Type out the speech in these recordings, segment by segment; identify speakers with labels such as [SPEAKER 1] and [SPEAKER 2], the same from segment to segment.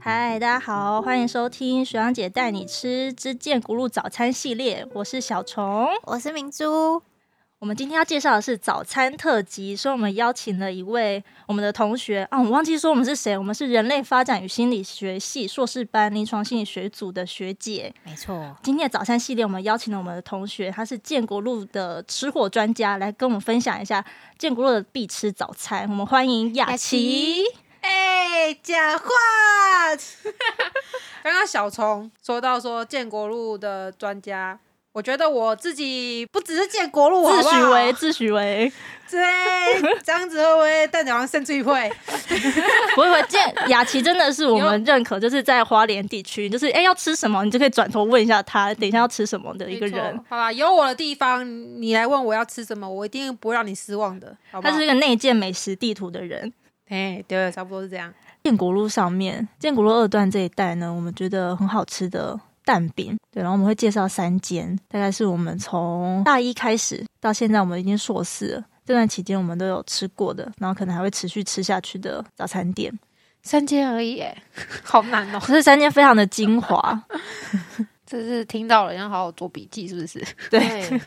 [SPEAKER 1] 嗨，大家好，欢迎收听学长姐带你吃之健骨露早餐系列，我是小虫。
[SPEAKER 2] 我是明珠，
[SPEAKER 1] 我们今天要介绍的是早餐特辑，所以我们邀请了一位我们的同学啊，我忘记说我们是谁，我们是人类发展与心理学系硕士班临床心理学组的学姐。
[SPEAKER 2] 没错，
[SPEAKER 1] 今天的早餐系列，我们邀请了我们的同学，他是建国路的吃货专家，来跟我们分享一下建国路的必吃早餐。我们欢迎雅
[SPEAKER 2] 雅
[SPEAKER 1] 琪
[SPEAKER 2] 琪。
[SPEAKER 3] 哎、讲话！ 刚刚小虫说到说建国路的专家，我觉得我自己不只是建国路，
[SPEAKER 1] 自
[SPEAKER 3] 好不好
[SPEAKER 1] 诩为自诩为，
[SPEAKER 3] 对，这样子会不会蛋黄甚至于会？
[SPEAKER 1] 不会不会，建雅琪真的是我们认可，就是在花莲地区，就是哎要吃什么，你就可以转头问一下他，等一下要吃什么的一个
[SPEAKER 3] 没
[SPEAKER 1] 人
[SPEAKER 3] 错。好啦，有我的地方，你来问我要吃什么，我一定不会让你失望的，好不
[SPEAKER 1] 他
[SPEAKER 3] 好？
[SPEAKER 1] 是一个内建美食地图的人。
[SPEAKER 3] 哎、对，差不多是这样。
[SPEAKER 1] 建国路上面，建国路二段这一带呢，我们觉得很好吃的蛋饼，对，然后我们会介绍三间，大概是我们从大一开始到现在，我们已经硕士了，这段期间我们都有吃过的，然后可能还会持续吃下去的早餐店。
[SPEAKER 2] 三千而已，哎，
[SPEAKER 3] 好难哦、
[SPEAKER 1] 可是三间非常的精 华，
[SPEAKER 2] 这是听到了，要好好做笔记，是不是？
[SPEAKER 1] 对。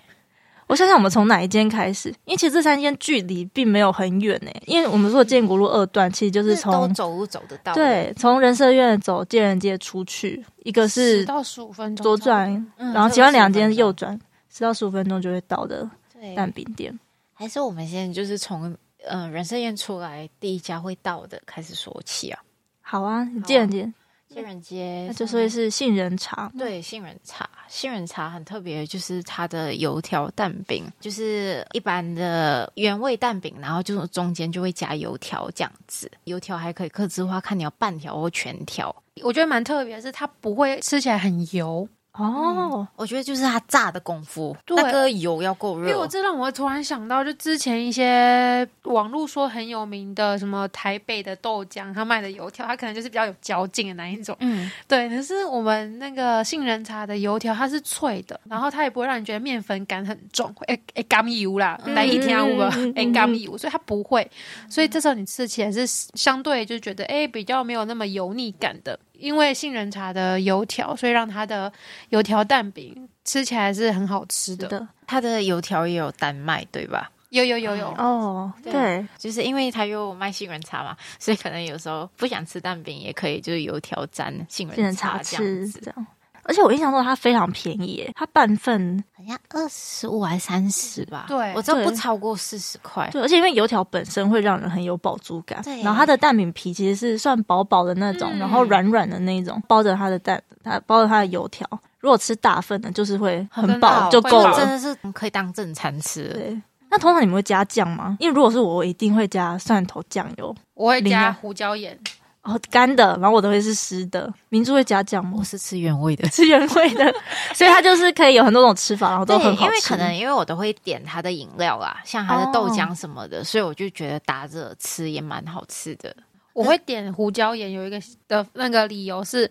[SPEAKER 1] 我想想，我们从哪一间开始？因为其实这三间距离并没有很远呢、因为我们说建国路二段，其实就是
[SPEAKER 2] 都
[SPEAKER 1] 从
[SPEAKER 2] 走路走得到，，
[SPEAKER 1] 对从人社院走建仁街出去，一个
[SPEAKER 2] 十
[SPEAKER 1] 是
[SPEAKER 2] 到十五分钟
[SPEAKER 1] 左转，
[SPEAKER 2] 嗯
[SPEAKER 1] 然后其他两间右
[SPEAKER 2] 这
[SPEAKER 1] 转，十到十五分钟就会到的
[SPEAKER 2] 个是
[SPEAKER 1] 蛋
[SPEAKER 2] 对，
[SPEAKER 1] 饼店。
[SPEAKER 2] 还是我们先就是从呃人生宴出来第一家会到的开始说起啊，
[SPEAKER 1] 好啊，你建仁街，
[SPEAKER 2] 杏仁街，
[SPEAKER 1] 那就所以是杏仁茶。
[SPEAKER 2] 对，杏仁茶，杏仁茶很特别，就是它的油条蛋饼，就是一般的原味蛋饼，然后就是中间就会加油条这样子，油条还可以刻字化，看你要半条或全条。
[SPEAKER 3] 我觉得蛮特别的是，它不会吃起来很油，
[SPEAKER 1] 哦，
[SPEAKER 2] 我觉得就是它炸的功夫，
[SPEAKER 3] 对
[SPEAKER 2] 那个油要够
[SPEAKER 3] 因为
[SPEAKER 2] 热
[SPEAKER 3] 我。这让我突然想到，就之前一些网络说很有名的什么台北的豆浆，他卖的油条，它可能就是比较有嚼劲的那一种。
[SPEAKER 2] 嗯，
[SPEAKER 3] 对，可是我们那个杏仁茶的油条，它是脆的，然后它也不会让你觉得面粉感很重， 哎哎，甘油啦，
[SPEAKER 2] 嗯
[SPEAKER 3] 来一听有无
[SPEAKER 1] 嗯嗯嗯？
[SPEAKER 3] 哎，甘油，所以它不会，所以这时候你吃起来是相对就觉得哎比较没有那么油腻感的，因为杏仁茶的油条，所以让它的油条蛋饼吃起来是很好吃
[SPEAKER 1] 是
[SPEAKER 3] 的。
[SPEAKER 1] 的，
[SPEAKER 2] 它的油条也有单卖，对吧？
[SPEAKER 3] 有有有有，
[SPEAKER 1] 哦，
[SPEAKER 2] 对
[SPEAKER 1] 对，
[SPEAKER 2] 就是因为它有卖杏仁茶嘛，所以可能有时候不想吃蛋饼，也可以就是油条沾杏
[SPEAKER 1] 杏
[SPEAKER 2] 仁
[SPEAKER 1] 仁茶
[SPEAKER 2] 这样
[SPEAKER 1] 吃
[SPEAKER 2] 子。
[SPEAKER 1] 这样。而且我印象中它非常便宜耶，它半份
[SPEAKER 2] 好像二十五还三十吧，
[SPEAKER 3] 对
[SPEAKER 2] 我知道
[SPEAKER 1] 对
[SPEAKER 2] 不超过四十块。
[SPEAKER 1] 对，而且因为油条本身会让人很有饱足感，
[SPEAKER 2] 对
[SPEAKER 1] 然后它的蛋饼皮其实是算薄薄的那种，
[SPEAKER 3] 嗯
[SPEAKER 1] 然后软软的那种，包着它的蛋，它包着它的油条。如果吃大份的，就是会很饱
[SPEAKER 3] 很饱
[SPEAKER 1] 就够
[SPEAKER 3] 会
[SPEAKER 2] 真
[SPEAKER 1] 了。
[SPEAKER 2] 的是可以当正餐吃了。
[SPEAKER 1] 对，那通常你们会加酱吗？因为如果是我，我一定会加蒜头酱油，
[SPEAKER 3] 我会
[SPEAKER 1] 零
[SPEAKER 3] 加
[SPEAKER 1] 啊
[SPEAKER 3] 胡椒盐，
[SPEAKER 1] 然后干的，然后我都会是湿的。明珠会加酱吗
[SPEAKER 2] 我？是吃原 味的，
[SPEAKER 1] 吃原味的， 所以它就是可以有很多种吃法，然后都很好吃。
[SPEAKER 2] 因为可能因为我都会点它的饮料啦，像它的豆浆什么的，所以我就觉得打着吃也蛮好吃的。
[SPEAKER 3] 我会点胡椒盐，有一个的那个理由是，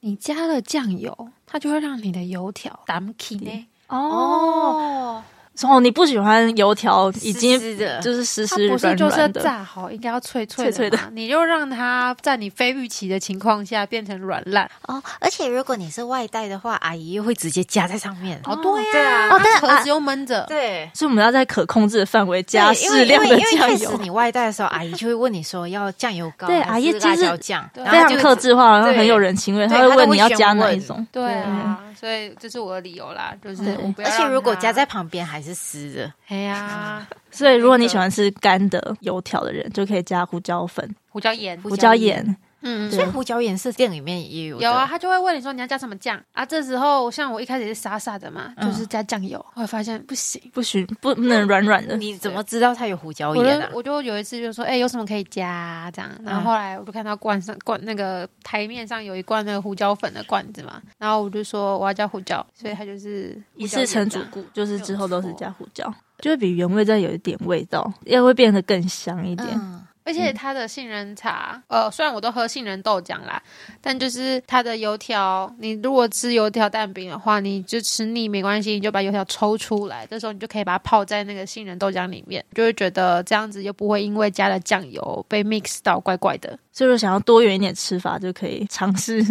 [SPEAKER 3] 你加了酱油，它就会让你的油条 d a m k 呢。
[SPEAKER 1] 哦，
[SPEAKER 3] 哦，
[SPEAKER 1] 哦，你不喜欢油条已经
[SPEAKER 2] 湿湿的
[SPEAKER 1] 就是湿
[SPEAKER 3] 它
[SPEAKER 1] 湿
[SPEAKER 3] 不是
[SPEAKER 1] 软
[SPEAKER 3] 就是
[SPEAKER 1] 软
[SPEAKER 3] 要
[SPEAKER 1] 的，
[SPEAKER 3] 炸好，应该要脆脆的嘛
[SPEAKER 1] 脆脆
[SPEAKER 3] 你就让它在你非预期的情况下变成软烂。
[SPEAKER 2] 哦，而且如果你是外带的话，阿姨又会直接加在上面。
[SPEAKER 3] 哦，对
[SPEAKER 2] 对啊
[SPEAKER 3] 呀、
[SPEAKER 1] 哦但是
[SPEAKER 3] 它盒子又闷着。
[SPEAKER 2] 对。
[SPEAKER 1] 所以我们要在可控制的范围加
[SPEAKER 2] 对因为
[SPEAKER 1] 适量的
[SPEAKER 2] 因为因为
[SPEAKER 1] 酱
[SPEAKER 2] 确实
[SPEAKER 1] 油，
[SPEAKER 2] 你外带的时候，阿姨就会问你说要酱油膏
[SPEAKER 1] 对
[SPEAKER 2] 还是
[SPEAKER 1] 阿姨就是
[SPEAKER 2] 辣椒酱，
[SPEAKER 3] 对
[SPEAKER 2] 然
[SPEAKER 1] 非
[SPEAKER 2] 后
[SPEAKER 1] 常
[SPEAKER 2] 就
[SPEAKER 1] 克制化，然后
[SPEAKER 2] 对
[SPEAKER 1] 很有人情味。
[SPEAKER 2] 对
[SPEAKER 1] 他会
[SPEAKER 2] 他都
[SPEAKER 1] 问
[SPEAKER 2] 会
[SPEAKER 1] 你要加
[SPEAKER 2] 询
[SPEAKER 1] 哪
[SPEAKER 2] 问
[SPEAKER 1] 一种，
[SPEAKER 3] 对啊，所以这是我的理由啦，就是
[SPEAKER 1] 对
[SPEAKER 3] 我不要
[SPEAKER 2] 而且
[SPEAKER 3] 让
[SPEAKER 2] 如果
[SPEAKER 3] 它
[SPEAKER 2] 加在，旁边还是湿的，
[SPEAKER 3] 哎呀，
[SPEAKER 1] 所以如果你喜欢吃干的油条的人，就可以加胡椒粉、
[SPEAKER 3] 胡椒盐，
[SPEAKER 1] 胡椒盐。
[SPEAKER 3] 嗯，嗯
[SPEAKER 2] 所以胡椒盐是店里面也有的
[SPEAKER 3] 有啊，，他就会问你说你要加什么酱啊。这时候像我一开始是傻傻的嘛，
[SPEAKER 2] 嗯
[SPEAKER 3] 就是加酱油，后来发现不行，
[SPEAKER 1] 不许不不能软软的，
[SPEAKER 2] 你怎么知道它有胡椒
[SPEAKER 3] 我
[SPEAKER 2] 盐
[SPEAKER 3] 就
[SPEAKER 2] 啊？
[SPEAKER 3] 我就有一次就说，哎、有什么可以加啊这样，然后
[SPEAKER 2] 嗯
[SPEAKER 3] 后来我就看到罐上罐那个台面上有一罐那个胡椒粉的罐子嘛，然后我就说我要加胡椒，所以它就是
[SPEAKER 1] 一次成主
[SPEAKER 3] 顾。
[SPEAKER 1] 顾，就是之后都是
[SPEAKER 2] 没有错
[SPEAKER 1] 加胡椒，就会比原味再有一点味道，也会变得更香一点。
[SPEAKER 2] 嗯，
[SPEAKER 3] 而且它的杏仁茶，呃，虽然我都喝杏仁豆浆啦，但就是它的油条，你如果吃油条蛋饼的话，你就吃腻没关系，你就把油条抽出来，这时候你就可以把它泡在那个杏仁豆浆里面，就会觉得这样子又不会因为加了酱油被 mix 到怪怪的。
[SPEAKER 1] 所以说想要多元一点吃法，就可以尝试。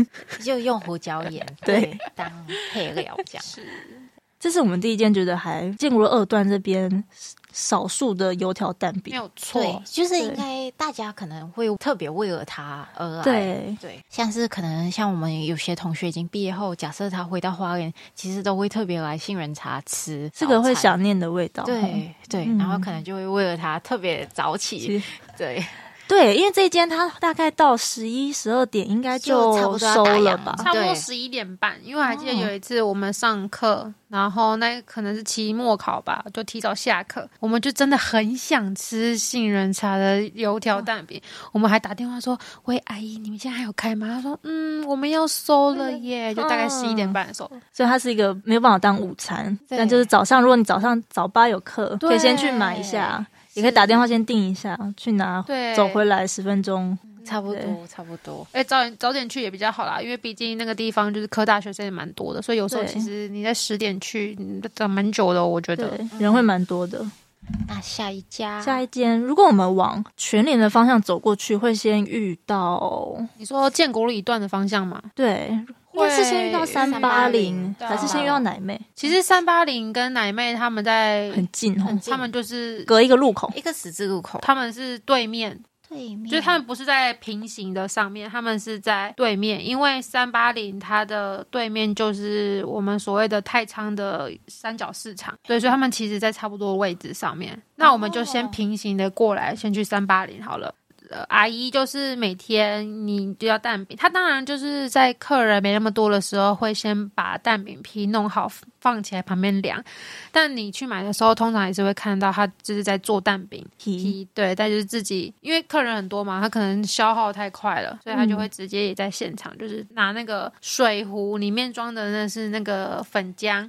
[SPEAKER 2] 就用胡椒 盐
[SPEAKER 1] 对
[SPEAKER 2] 当配料这样。
[SPEAKER 1] 这是我们第一间觉得还建国路二段这边少数的油条蛋
[SPEAKER 3] 没
[SPEAKER 1] 饼，
[SPEAKER 3] 有
[SPEAKER 2] 对
[SPEAKER 3] 错，，
[SPEAKER 2] 就是应该大家可能会特别为了它而来。
[SPEAKER 1] 对，
[SPEAKER 2] 对，像是可能像我们有些同学已经毕业后，假设他回到花莲，其实都会特别来杏仁茶吃
[SPEAKER 1] 这个会
[SPEAKER 2] 早餐。
[SPEAKER 1] 想念的味道。
[SPEAKER 2] 对对，
[SPEAKER 1] 嗯
[SPEAKER 2] 然后可能就会为了他特别早起，
[SPEAKER 1] 其实
[SPEAKER 2] 对，
[SPEAKER 1] 对，因为这一间它大概到十一、十二点应该
[SPEAKER 2] 就差不多要
[SPEAKER 1] 收
[SPEAKER 2] 打烊
[SPEAKER 1] 了吧？
[SPEAKER 3] 差不多
[SPEAKER 2] 对
[SPEAKER 3] 十一点半，因为我还记得
[SPEAKER 2] 哦
[SPEAKER 3] 有一次我们上课，然后那可能是期末考吧，就提早下课，我们就真的很想吃杏仁茶的油条蛋饼，
[SPEAKER 1] 哦
[SPEAKER 3] 我们还打电话说：“喂，阿姨，你们现在还有开吗？”她说：“嗯，我们要收了耶。”就大概
[SPEAKER 1] 嗯
[SPEAKER 3] 十一点半收了。
[SPEAKER 1] 所以它是一个没有办法当午餐，
[SPEAKER 2] 对
[SPEAKER 1] 但就是早上，如果你早上早八有课，
[SPEAKER 3] 对
[SPEAKER 1] 可以先去买一下，也可以打电话先订一下，去拿，
[SPEAKER 3] 对，
[SPEAKER 1] 走回来十分钟。
[SPEAKER 2] 差不多
[SPEAKER 1] 嗯对
[SPEAKER 2] 差不多。
[SPEAKER 3] 哎，早点早点去也比较好啦，因为毕竟那个地方就是科大学生也蛮多的，所以有时候
[SPEAKER 1] 对
[SPEAKER 3] 其实你在十点去，你都等蛮久的哦，我觉
[SPEAKER 1] 对
[SPEAKER 3] 得。，
[SPEAKER 1] 人会蛮多的。
[SPEAKER 2] 那下一家，
[SPEAKER 1] 下一间，如果我们往全联的方向走过去，会先遇到，
[SPEAKER 3] 你说建国路一段的方向吗？
[SPEAKER 1] 对，应该是先遇到
[SPEAKER 3] 会
[SPEAKER 1] 三八零
[SPEAKER 2] 380，
[SPEAKER 1] 还是先遇到奶妹？
[SPEAKER 3] 其实三八零跟奶妹他们在，
[SPEAKER 1] 很近哦，
[SPEAKER 2] 近
[SPEAKER 3] 他们就是
[SPEAKER 1] 隔一个路口。
[SPEAKER 2] 一个十字路口，
[SPEAKER 3] 他们是对面，
[SPEAKER 2] 对面
[SPEAKER 3] 就是他们不是在平行的上面，他们是在对面，因为三八零它的对面就是我们所谓的太仓的三角市场，对，所以他们其实在差不多的位置上
[SPEAKER 2] 哦
[SPEAKER 3] 面。那我们就先平行的过来，先去三八零好了。呃，阿姨就是每天你就要蛋饼，她当然就是在客人没那么多的时候，会先把蛋饼皮弄好放起来旁边凉。但你去买的时候，通常也是会看到她就是在做蛋饼
[SPEAKER 1] 提
[SPEAKER 3] 皮，对，但就是自己因为客人很多嘛，她可能消耗太快了，所以她就
[SPEAKER 1] 嗯
[SPEAKER 3] 会直接也在现场，就是拿那个水壶里面装的那是那个粉浆，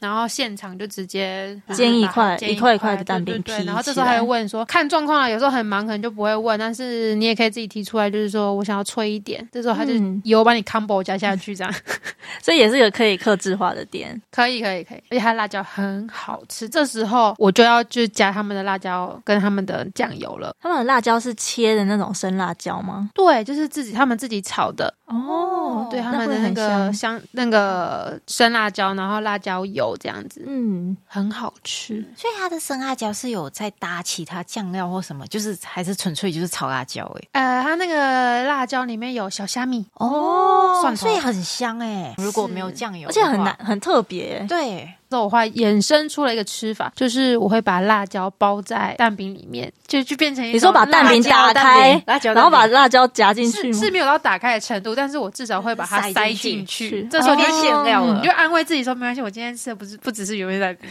[SPEAKER 3] 然后现场就直接把它
[SPEAKER 1] 煎一块
[SPEAKER 3] 煎
[SPEAKER 1] 一块一块的蛋饼
[SPEAKER 3] 对对
[SPEAKER 1] 皮
[SPEAKER 3] 对，然后这
[SPEAKER 1] 起
[SPEAKER 3] 时候还
[SPEAKER 1] 来
[SPEAKER 3] 会问说看状况啊了，有时候很忙可能就不会问，但是你也可以自己提出来，就是说我想要脆一点，这时候他就
[SPEAKER 1] 嗯
[SPEAKER 3] 油把你 combo 加下去，这样、
[SPEAKER 1] 这也是个可以克制化的店。
[SPEAKER 3] 可以可以可以，而且它辣椒很好吃，这时候我就要去加他们的辣椒跟他们的酱油了。
[SPEAKER 1] 他们的辣椒是切的那种生辣椒吗？
[SPEAKER 3] 对，就是自己他们自己炒的，
[SPEAKER 1] 哦
[SPEAKER 3] 对他
[SPEAKER 1] 那
[SPEAKER 3] 们
[SPEAKER 1] 会
[SPEAKER 3] 的那
[SPEAKER 1] 很
[SPEAKER 3] 个
[SPEAKER 1] 香
[SPEAKER 3] 香那个生辣椒，然后辣椒油这样子，
[SPEAKER 1] 嗯，
[SPEAKER 3] 很好吃。
[SPEAKER 2] 所以它的生辣椒是有在搭其他酱料或什么，就是还是纯粹就是炒辣椒哎、
[SPEAKER 3] 呃，它那个辣椒里面有小虾米，
[SPEAKER 2] 哦
[SPEAKER 3] 蒜头
[SPEAKER 2] 所以很香哎、如果没有酱油，
[SPEAKER 1] 欸而且很难，，很特别。
[SPEAKER 2] 对，
[SPEAKER 3] 之后我会衍生出了一个吃法，就是我会把辣椒包在蛋饼里面，就就变成一
[SPEAKER 1] 你说把
[SPEAKER 3] 种辣
[SPEAKER 1] 蛋饼
[SPEAKER 3] 椒
[SPEAKER 1] 打开，
[SPEAKER 2] 辣椒蛋饼
[SPEAKER 1] 然后把辣椒夹进去
[SPEAKER 3] 是
[SPEAKER 1] 吗
[SPEAKER 3] 是？没有到打开的程度，但是我至少会把
[SPEAKER 2] 塞
[SPEAKER 3] 它
[SPEAKER 2] 进
[SPEAKER 3] 塞
[SPEAKER 2] 去
[SPEAKER 3] 进去
[SPEAKER 1] 是。哦
[SPEAKER 3] 这时候
[SPEAKER 2] 变
[SPEAKER 3] 就
[SPEAKER 2] 馅料了
[SPEAKER 3] 你就安慰自己说没关系，我今天吃的不是不只是原味蛋饼，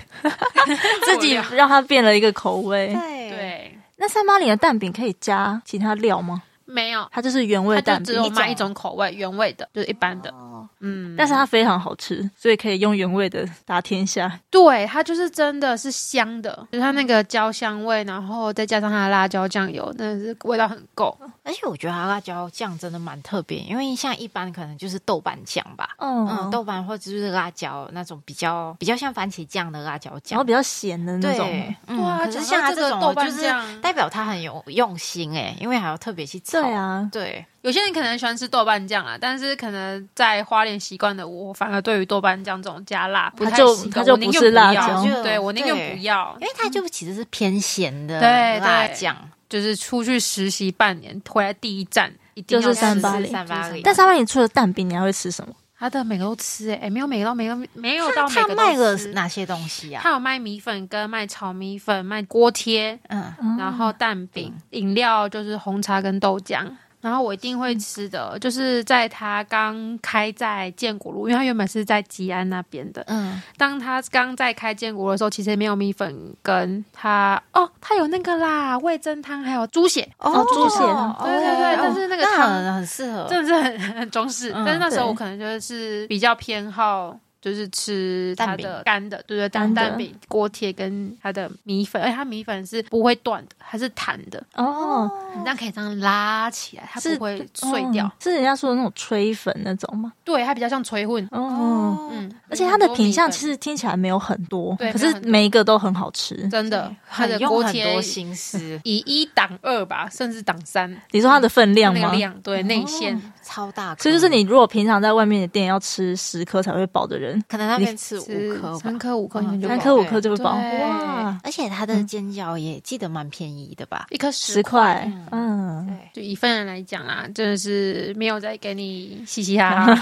[SPEAKER 1] 自己让它变了一个口味。
[SPEAKER 2] 对，
[SPEAKER 3] 对，
[SPEAKER 1] 那三八零的蛋饼可以加其他料吗？
[SPEAKER 3] 没有，
[SPEAKER 1] 它就是原味
[SPEAKER 3] 它
[SPEAKER 1] 蛋
[SPEAKER 3] 就只有
[SPEAKER 1] 饼，
[SPEAKER 3] 卖一种口味，原味的，就是一般的。
[SPEAKER 2] 哦，
[SPEAKER 3] 嗯，
[SPEAKER 1] 但是它非常好吃，所以可以用原味的打天下。
[SPEAKER 3] 对它就是真的是香的，就是它那个焦香味，然后再加上它的辣椒酱油，真的是味道很够。
[SPEAKER 2] 而且我觉得它辣椒酱真的蛮特别，因为像一般可能就是豆瓣酱吧。嗯，
[SPEAKER 1] 嗯，
[SPEAKER 2] 豆瓣或者就是辣椒那种比较比较像番茄酱的辣椒
[SPEAKER 1] 然
[SPEAKER 2] 酱
[SPEAKER 1] 后，比较咸的那种
[SPEAKER 2] 对。，嗯
[SPEAKER 3] 对啊
[SPEAKER 2] 可是
[SPEAKER 3] 讲
[SPEAKER 2] 像
[SPEAKER 3] 到
[SPEAKER 2] 它
[SPEAKER 3] 这
[SPEAKER 2] 这
[SPEAKER 3] 个
[SPEAKER 2] 种
[SPEAKER 3] 豆瓣
[SPEAKER 2] 就是
[SPEAKER 3] 酱
[SPEAKER 2] 代表它很有用心哎、因为还要特别去炒。
[SPEAKER 1] 对啊，
[SPEAKER 2] 对，
[SPEAKER 3] 有些人可能喜欢吃豆瓣酱啊，但是可能在花莲习惯的我，反而对于豆瓣酱这种加辣不太
[SPEAKER 1] 它就
[SPEAKER 3] 习惯
[SPEAKER 1] 它就
[SPEAKER 3] 我宁愿
[SPEAKER 1] 不是辣
[SPEAKER 3] 要
[SPEAKER 1] 椒
[SPEAKER 2] 就
[SPEAKER 3] 对我宁愿不要
[SPEAKER 2] 因。为它就其实是偏咸的
[SPEAKER 3] 对
[SPEAKER 2] 辣
[SPEAKER 3] 对
[SPEAKER 2] 酱，
[SPEAKER 3] 就是出去实习半年，回来第一站一定
[SPEAKER 1] 就
[SPEAKER 3] 要
[SPEAKER 1] 是
[SPEAKER 3] 吃
[SPEAKER 1] 380
[SPEAKER 2] 三八零，
[SPEAKER 1] 但三八零除了蛋饼，你还会吃什么？
[SPEAKER 3] 他的每个都吃、欸，哎、没有每个都没有没有
[SPEAKER 2] 它
[SPEAKER 3] 到每
[SPEAKER 2] 它
[SPEAKER 3] 个
[SPEAKER 2] 卖
[SPEAKER 3] 都
[SPEAKER 2] 了
[SPEAKER 3] 吃。
[SPEAKER 2] 哪些东西啊？
[SPEAKER 3] 他有卖米粉跟卖炒米粉，卖锅贴，
[SPEAKER 2] 嗯，
[SPEAKER 3] 然后蛋饼，饮料就是红茶跟豆浆。然后我一定会吃的，就是在它刚开在建国路，因为它原本是在吉安那边的。
[SPEAKER 2] 嗯，
[SPEAKER 3] 当它刚在开建国的时候，其实也没有米粉跟它哦，它有那个啦，味噌汤，还有猪血，
[SPEAKER 1] 哦猪血
[SPEAKER 2] 哦
[SPEAKER 3] 对对对
[SPEAKER 2] 哦
[SPEAKER 3] 但是那个
[SPEAKER 2] 那
[SPEAKER 3] 汤
[SPEAKER 2] 很很适合，
[SPEAKER 3] 真的是很很中式。
[SPEAKER 2] 嗯
[SPEAKER 3] 但是那时候
[SPEAKER 1] 对
[SPEAKER 3] 我可能就是比较偏好就是吃
[SPEAKER 2] 蛋
[SPEAKER 3] 它
[SPEAKER 2] 饼
[SPEAKER 3] 的干的，对对，蛋
[SPEAKER 1] 干的
[SPEAKER 3] 蛋饼、锅贴跟它的米粉，而且它米粉是不会断的，它是弹的，
[SPEAKER 1] 哦，
[SPEAKER 2] 哦
[SPEAKER 3] 你这样可以这样拉起来，它
[SPEAKER 1] 是
[SPEAKER 3] 不会碎掉。
[SPEAKER 1] 哦是人家说的那种吹粉那种吗？
[SPEAKER 3] 对，它比较像捶混。
[SPEAKER 1] 哦，
[SPEAKER 3] 嗯，
[SPEAKER 1] 而且它的
[SPEAKER 3] 很多
[SPEAKER 1] 品相
[SPEAKER 3] 米粉
[SPEAKER 1] 其实听起来没有很多，
[SPEAKER 3] 对
[SPEAKER 1] 可
[SPEAKER 3] 没有
[SPEAKER 1] 是
[SPEAKER 3] 很多
[SPEAKER 1] 每一个都很好吃。
[SPEAKER 3] 真的，它
[SPEAKER 2] 很
[SPEAKER 3] 的
[SPEAKER 2] 用
[SPEAKER 3] 锅
[SPEAKER 2] 很
[SPEAKER 3] 贴
[SPEAKER 2] 多心 思，
[SPEAKER 3] 以一挡二吧，甚至挡三，
[SPEAKER 1] 你说它的分量
[SPEAKER 3] 那
[SPEAKER 1] 吗哦
[SPEAKER 3] 个？量嗯对内馅，
[SPEAKER 2] 超大颗，
[SPEAKER 1] 所以就是你如果平常在外面的店要吃十颗才会饱的人，
[SPEAKER 2] 可能那边吃五颗吧
[SPEAKER 3] 三。颗五颗，
[SPEAKER 2] 嗯
[SPEAKER 3] 你们就
[SPEAKER 1] 三
[SPEAKER 3] 饱
[SPEAKER 1] 颗
[SPEAKER 3] 了
[SPEAKER 1] 五颗就会饱。
[SPEAKER 3] 对
[SPEAKER 1] 哇，
[SPEAKER 2] 而且它的煎饺也记得蛮便宜的吧？
[SPEAKER 3] 一颗
[SPEAKER 1] 十
[SPEAKER 3] 十块。
[SPEAKER 1] 块，
[SPEAKER 2] 对
[SPEAKER 1] 嗯，
[SPEAKER 3] 就以份人来讲啦，真的是没有再给你嘻嘻哈哈。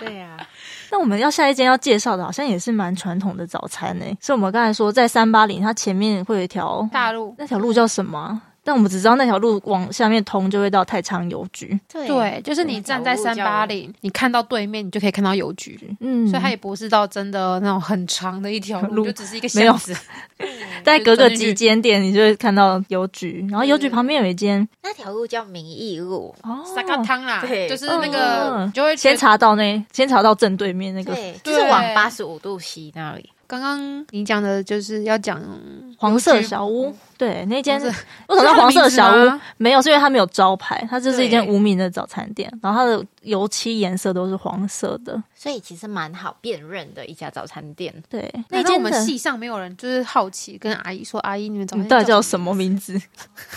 [SPEAKER 2] 对啊呀，
[SPEAKER 1] 那我们要下一间要介绍的，好像也是蛮传统的早餐呢、所以我们刚才说，在三八零它前面会有一条
[SPEAKER 3] 大陆
[SPEAKER 1] 那条路叫什么啊？但我们只知道那条路往下面通就会到太仓邮局。
[SPEAKER 2] 对
[SPEAKER 3] 对，就是你站在三八
[SPEAKER 2] 里，
[SPEAKER 3] 零，你看到对面，你就可以看到邮局，
[SPEAKER 1] 嗯，
[SPEAKER 3] 所以它也不是到真的那种很长的一条
[SPEAKER 1] 路
[SPEAKER 3] 路，就只是一个
[SPEAKER 1] 没有
[SPEAKER 3] 巷子。
[SPEAKER 1] 在隔个
[SPEAKER 3] 就走进
[SPEAKER 1] 几
[SPEAKER 3] 去
[SPEAKER 1] 间店，你就会看到邮局，然后
[SPEAKER 3] 嗯
[SPEAKER 1] 邮局旁边有一间
[SPEAKER 2] 那条路叫民意路，
[SPEAKER 1] 哦
[SPEAKER 3] 撒嘎汤啦，
[SPEAKER 2] 对
[SPEAKER 3] 就是
[SPEAKER 1] 嗯
[SPEAKER 3] 那个
[SPEAKER 1] 嗯
[SPEAKER 3] 你就会觉
[SPEAKER 1] 先
[SPEAKER 3] 得
[SPEAKER 1] 查到那，先查到正对面那个
[SPEAKER 2] 对，就是
[SPEAKER 3] 对
[SPEAKER 2] 往八十五度西那里。
[SPEAKER 3] 刚刚你讲的就是要讲
[SPEAKER 1] 黄色小屋，对，那间
[SPEAKER 3] 嗯
[SPEAKER 1] 为
[SPEAKER 3] 黄
[SPEAKER 1] 什么叫黄色小
[SPEAKER 3] 是它的名字啊
[SPEAKER 1] 屋
[SPEAKER 3] 吗？
[SPEAKER 1] 没有，是因为它没有招牌，它就是一间
[SPEAKER 2] 对
[SPEAKER 1] 无名的早餐店，然后它的油漆颜色都是黄色的，
[SPEAKER 2] 所以其实蛮好辨认的一家早餐店。
[SPEAKER 1] 对，
[SPEAKER 3] 那
[SPEAKER 1] 那
[SPEAKER 3] 间我
[SPEAKER 1] 间
[SPEAKER 3] 们
[SPEAKER 1] 的
[SPEAKER 3] 系上没有人就是好奇，跟阿姨说：“阿姨，你们早
[SPEAKER 1] 你
[SPEAKER 3] 上
[SPEAKER 1] 到底叫
[SPEAKER 3] 么
[SPEAKER 1] 什么名字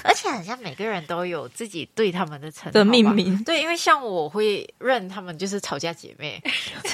[SPEAKER 2] 而且好像每个人都有自己对他们的称
[SPEAKER 1] 的
[SPEAKER 2] 号吧
[SPEAKER 1] 命。名？
[SPEAKER 2] 对，因为像我会认他们就是吵架姐 妹，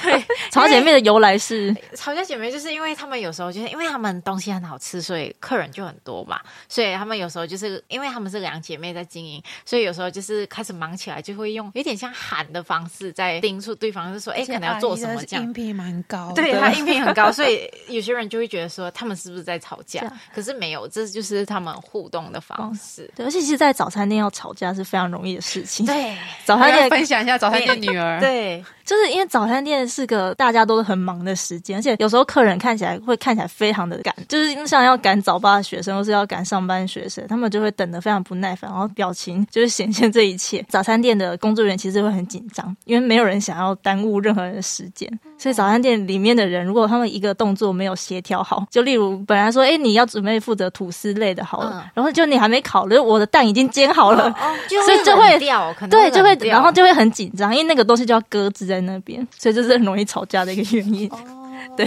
[SPEAKER 2] 对，
[SPEAKER 1] 曹姐妹的由来是
[SPEAKER 2] 吵架姐妹就是因为他们有时候就是因为他们东西很好吃，所以客人就很多嘛，所以他们有时候就是因为他们是两姐妹在经营，所以有时候就是开始忙起来就会用有点像喊的方式在叮嘱对方，就说哎、可能要做什么这样
[SPEAKER 3] 音。频蛮高的，
[SPEAKER 2] 对他音频很 高，所以有些人就会觉得说他们是不是在吵
[SPEAKER 1] 这
[SPEAKER 2] 架
[SPEAKER 1] 样？
[SPEAKER 2] 可是没有，这就是他们互动的方式。
[SPEAKER 1] 对，而且其实，在早餐店要吵架是非常容易的事情。
[SPEAKER 2] 对
[SPEAKER 1] 早餐
[SPEAKER 3] 要
[SPEAKER 1] 店
[SPEAKER 3] 分享一下早餐店女儿。
[SPEAKER 2] 对，
[SPEAKER 1] 就是因为早餐店是个大家都很忙的时间，而且有时候客人看起来会看起来非常的赶，就是像要赶早八的学生，或是要赶上班的学生，他们就会等得非常不耐烦，然后表情就是显现这一切。早餐店的工作人员其实会很紧张，因为没有人想要耽误任何人的时间，所以早餐店里面的人，如果他们一个动作没有协调好，就例如本来说，哎，你要准备负责吐司类的好了，
[SPEAKER 2] 嗯
[SPEAKER 1] 然后就你还没烤，就是我的蛋已经煎好了，
[SPEAKER 2] 哦，就
[SPEAKER 1] 所以就会
[SPEAKER 2] 冷掉，可能
[SPEAKER 1] 对，就会
[SPEAKER 2] 冷，掉
[SPEAKER 1] 然后就会很紧张，因为那个东西就要搁置在那边，所以这是很容易吵架的一个原因。
[SPEAKER 2] 哦
[SPEAKER 1] 对，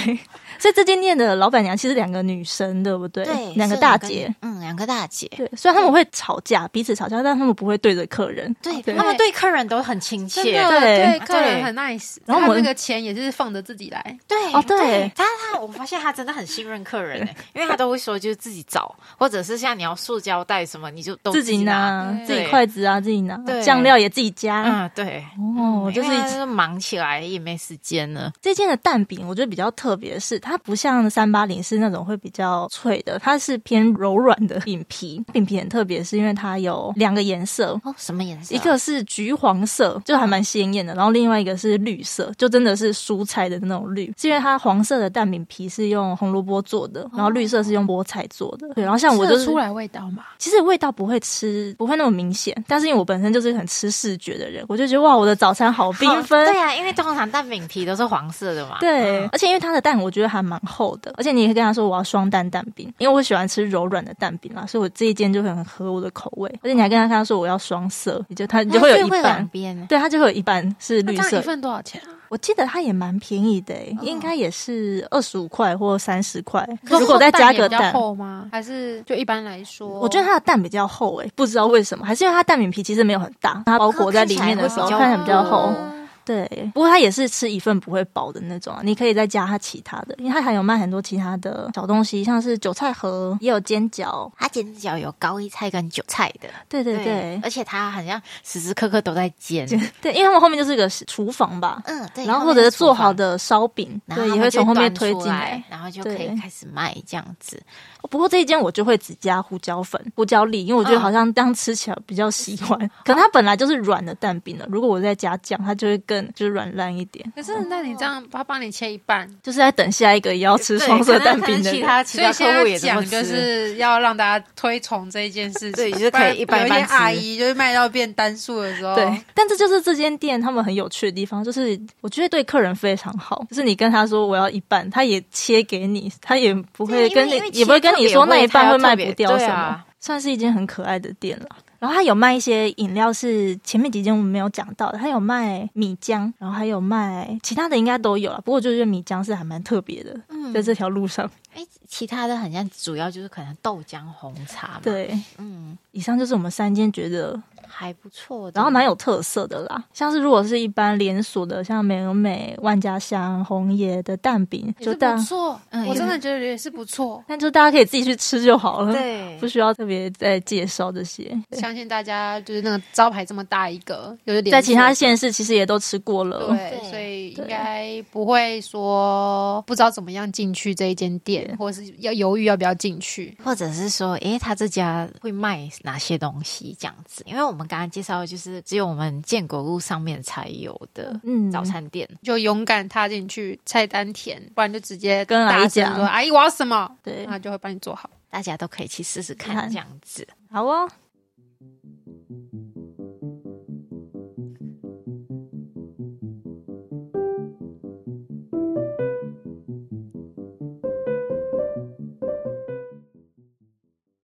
[SPEAKER 1] 所以这间店的老板娘其实两个女生，对不对？
[SPEAKER 2] 对
[SPEAKER 1] 两个
[SPEAKER 2] 是
[SPEAKER 1] 大姐。
[SPEAKER 2] 嗯，两个大姐，
[SPEAKER 1] 对，虽然他们会吵架，彼此吵架，但他们不会对着客人。
[SPEAKER 2] 对
[SPEAKER 1] 对
[SPEAKER 2] 他们对客人都很亲
[SPEAKER 3] 真
[SPEAKER 2] 切，
[SPEAKER 3] 的
[SPEAKER 1] 对
[SPEAKER 3] 对客人很 nice，
[SPEAKER 1] 然后
[SPEAKER 3] 他
[SPEAKER 1] 我
[SPEAKER 3] 那个钱也是放着自己来，
[SPEAKER 2] 对
[SPEAKER 1] 哦对
[SPEAKER 2] 他他我发现他真的很信任客人、 欸，因为他都会说就是自己找，或者是像你要塑胶袋什么，你就都
[SPEAKER 1] 自己
[SPEAKER 2] 拿。
[SPEAKER 1] 拿
[SPEAKER 3] 对
[SPEAKER 1] 自己筷子啊，自己拿
[SPEAKER 2] 对
[SPEAKER 1] 酱料也自己加。
[SPEAKER 2] 嗯，对，
[SPEAKER 1] 哦，就
[SPEAKER 2] 因
[SPEAKER 1] 是
[SPEAKER 2] 为他就是忙起来也没时间了。
[SPEAKER 1] 这间的蛋饼，我觉得比较特别的是，它不像三八零是那种会比较脆的，它是偏柔软的饼皮。饼皮很特别，是因为它有两个颜色，
[SPEAKER 2] 哦，什么颜色啊？
[SPEAKER 1] 一个是橘黄色，就还蛮鲜艳的，然后另外一个是绿色，就真的是蔬菜的那种绿，是因为它黄色的蛋饼皮是用红萝卜做的，然后绿色是用菠菜做的。对，然后像我
[SPEAKER 3] 吃
[SPEAKER 1] 就
[SPEAKER 3] 得
[SPEAKER 1] 是
[SPEAKER 3] 出，来味道嘛。
[SPEAKER 1] 其实味道不会吃，不会那么明显，但是因为我本身就是很吃视觉的人，我就觉得哇，我的早餐好缤纷。
[SPEAKER 2] 对啊，因为通常蛋饼皮都是黄色的嘛。
[SPEAKER 1] 对
[SPEAKER 2] 嗯，
[SPEAKER 1] 而且因为它的蛋我觉得还蛮厚的，而且你也可以跟他说我要双蛋蛋饼，因为我喜欢吃柔软的蛋饼啦，所以我这一间就很合我的口味。而且你还跟他跟他说我要双色，你就他
[SPEAKER 3] 啊
[SPEAKER 1] 你就会有
[SPEAKER 2] 它
[SPEAKER 1] 一
[SPEAKER 2] 是会
[SPEAKER 1] 半
[SPEAKER 2] 两，边。
[SPEAKER 1] 对，它就会有一半是
[SPEAKER 2] 哦
[SPEAKER 3] 那
[SPEAKER 1] 绿
[SPEAKER 3] 这样
[SPEAKER 1] 色
[SPEAKER 3] 一。份多少钱啊？
[SPEAKER 1] 我记得它也蛮便宜的、欸，应该也是二十五块或三十块。
[SPEAKER 3] 可是
[SPEAKER 1] 如果再加
[SPEAKER 3] 也
[SPEAKER 1] 个
[SPEAKER 3] 比较
[SPEAKER 1] 蛋，
[SPEAKER 2] 哦
[SPEAKER 3] 厚吗？还是就一般来说？
[SPEAKER 1] 我觉得它的蛋比较厚、欸，不知道为什么，还是因为它蛋饼皮其实没有很大，它包裹在里面的时候
[SPEAKER 2] 看起
[SPEAKER 1] 看起
[SPEAKER 2] 来会
[SPEAKER 1] 来
[SPEAKER 2] 比
[SPEAKER 1] 比
[SPEAKER 2] 较
[SPEAKER 1] 较
[SPEAKER 2] 厚
[SPEAKER 1] 厚。
[SPEAKER 2] 哦
[SPEAKER 3] 哦
[SPEAKER 1] 对，不过它也是吃一份不会饱的那种啊，你可以再加它其他的，因为它还有卖很多其他的小东西，像是韭菜盒，也有煎饺，
[SPEAKER 2] 它煎饺有高丽菜跟韭菜的，
[SPEAKER 1] 对对对
[SPEAKER 2] 而且它好像时时刻刻都在煎，
[SPEAKER 1] 对，因为他们后面就是个厨房吧，
[SPEAKER 2] 嗯，对，
[SPEAKER 1] 然后
[SPEAKER 2] 后
[SPEAKER 1] 或
[SPEAKER 2] 面
[SPEAKER 1] 者
[SPEAKER 2] 是
[SPEAKER 1] 是做
[SPEAKER 2] 厨房
[SPEAKER 1] 好的烧饼，
[SPEAKER 2] 然后
[SPEAKER 1] 对，也
[SPEAKER 2] 他们
[SPEAKER 1] 会
[SPEAKER 2] 就
[SPEAKER 1] 从后面
[SPEAKER 2] 端
[SPEAKER 1] 推
[SPEAKER 2] 出
[SPEAKER 1] 进来。，
[SPEAKER 2] 然后后就可以
[SPEAKER 1] 对
[SPEAKER 2] 开始卖这样子。
[SPEAKER 1] 不过这一间我就会只加胡椒粉、胡椒粒，因为我觉得
[SPEAKER 2] 嗯
[SPEAKER 1] 好像这样吃起来比较喜欢。可能它本来就是软的蛋饼了，如果我再加酱，它就会更就是软烂一点。
[SPEAKER 3] 可是那你这样，他帮你切一半，
[SPEAKER 1] 就是在等下一个也要吃双色蛋饼的
[SPEAKER 2] 对可能可能其
[SPEAKER 1] 人，
[SPEAKER 2] 他其
[SPEAKER 3] 所以
[SPEAKER 2] 他
[SPEAKER 3] 现
[SPEAKER 2] 客户
[SPEAKER 3] 在
[SPEAKER 2] 也这么
[SPEAKER 3] 讲就
[SPEAKER 2] 吃。
[SPEAKER 3] 是要让大家推崇这一件事情，
[SPEAKER 2] 对就是可以一般
[SPEAKER 3] 有一
[SPEAKER 2] 般
[SPEAKER 3] 些
[SPEAKER 2] 吃
[SPEAKER 3] 阿姨就是卖到变单数的时候，
[SPEAKER 1] 对，但这就是这间店他们很有趣的地方，就是我觉得对客人非常好，就是你跟他说我要一半，他也切给你，他也不会
[SPEAKER 2] 对因为
[SPEAKER 1] 跟你
[SPEAKER 2] 因为切
[SPEAKER 1] 也不会跟你说
[SPEAKER 2] 特别
[SPEAKER 1] 那一半会
[SPEAKER 2] 贵他要
[SPEAKER 1] 卖
[SPEAKER 2] 特别
[SPEAKER 1] 不掉什
[SPEAKER 2] 对
[SPEAKER 1] 么，
[SPEAKER 2] 啊
[SPEAKER 1] 算是一间很可爱的店了。然后他有卖一些饮料，是前面几间我们没有讲到的，他有卖米浆，然后还有卖其他的应该都有了，不过我就觉得米浆是还蛮特别的，
[SPEAKER 2] 嗯
[SPEAKER 1] 在这条路上。
[SPEAKER 2] 哎，其他的很像，主要就是可能豆浆、红茶嘛。，
[SPEAKER 1] 对，
[SPEAKER 2] 嗯，
[SPEAKER 1] 以上就是我们三间觉得
[SPEAKER 2] 还不错的。
[SPEAKER 1] 然后蛮有特色的啦，像是如果是一般连锁的，像美而美、万家香、红爷的蛋饼，
[SPEAKER 3] 也
[SPEAKER 1] 就是大
[SPEAKER 3] 不，错
[SPEAKER 2] 嗯，
[SPEAKER 3] 我真的觉得也是不错。
[SPEAKER 1] 但就大家可以自己去吃就好了，
[SPEAKER 2] 对
[SPEAKER 1] 不，需要特别再介绍这些。对
[SPEAKER 3] 相信大家就是那个招牌这么大一个，有点
[SPEAKER 1] 在其他嗯县市其实也都吃过了，
[SPEAKER 3] 对，
[SPEAKER 2] 对
[SPEAKER 3] 所以应
[SPEAKER 1] 对
[SPEAKER 3] 该不会说不知道怎么样进去这一间店，或是要犹豫要不要进去。
[SPEAKER 2] 或者是说，诶，他这家会卖哪些东西这样子？因为我们刚刚介绍的就是只有我们建国路上面才有的
[SPEAKER 1] 嗯，
[SPEAKER 2] 早餐店，
[SPEAKER 3] 就勇敢踏进去，菜单填，不然就直接
[SPEAKER 1] 跟阿姨
[SPEAKER 3] 大声
[SPEAKER 1] 讲
[SPEAKER 3] 说：“阿姨，我要什么？”
[SPEAKER 1] 对，
[SPEAKER 3] 那就会帮你做好。
[SPEAKER 2] 大家都可以去试试看
[SPEAKER 1] 看
[SPEAKER 2] 这样子。
[SPEAKER 1] 好哦，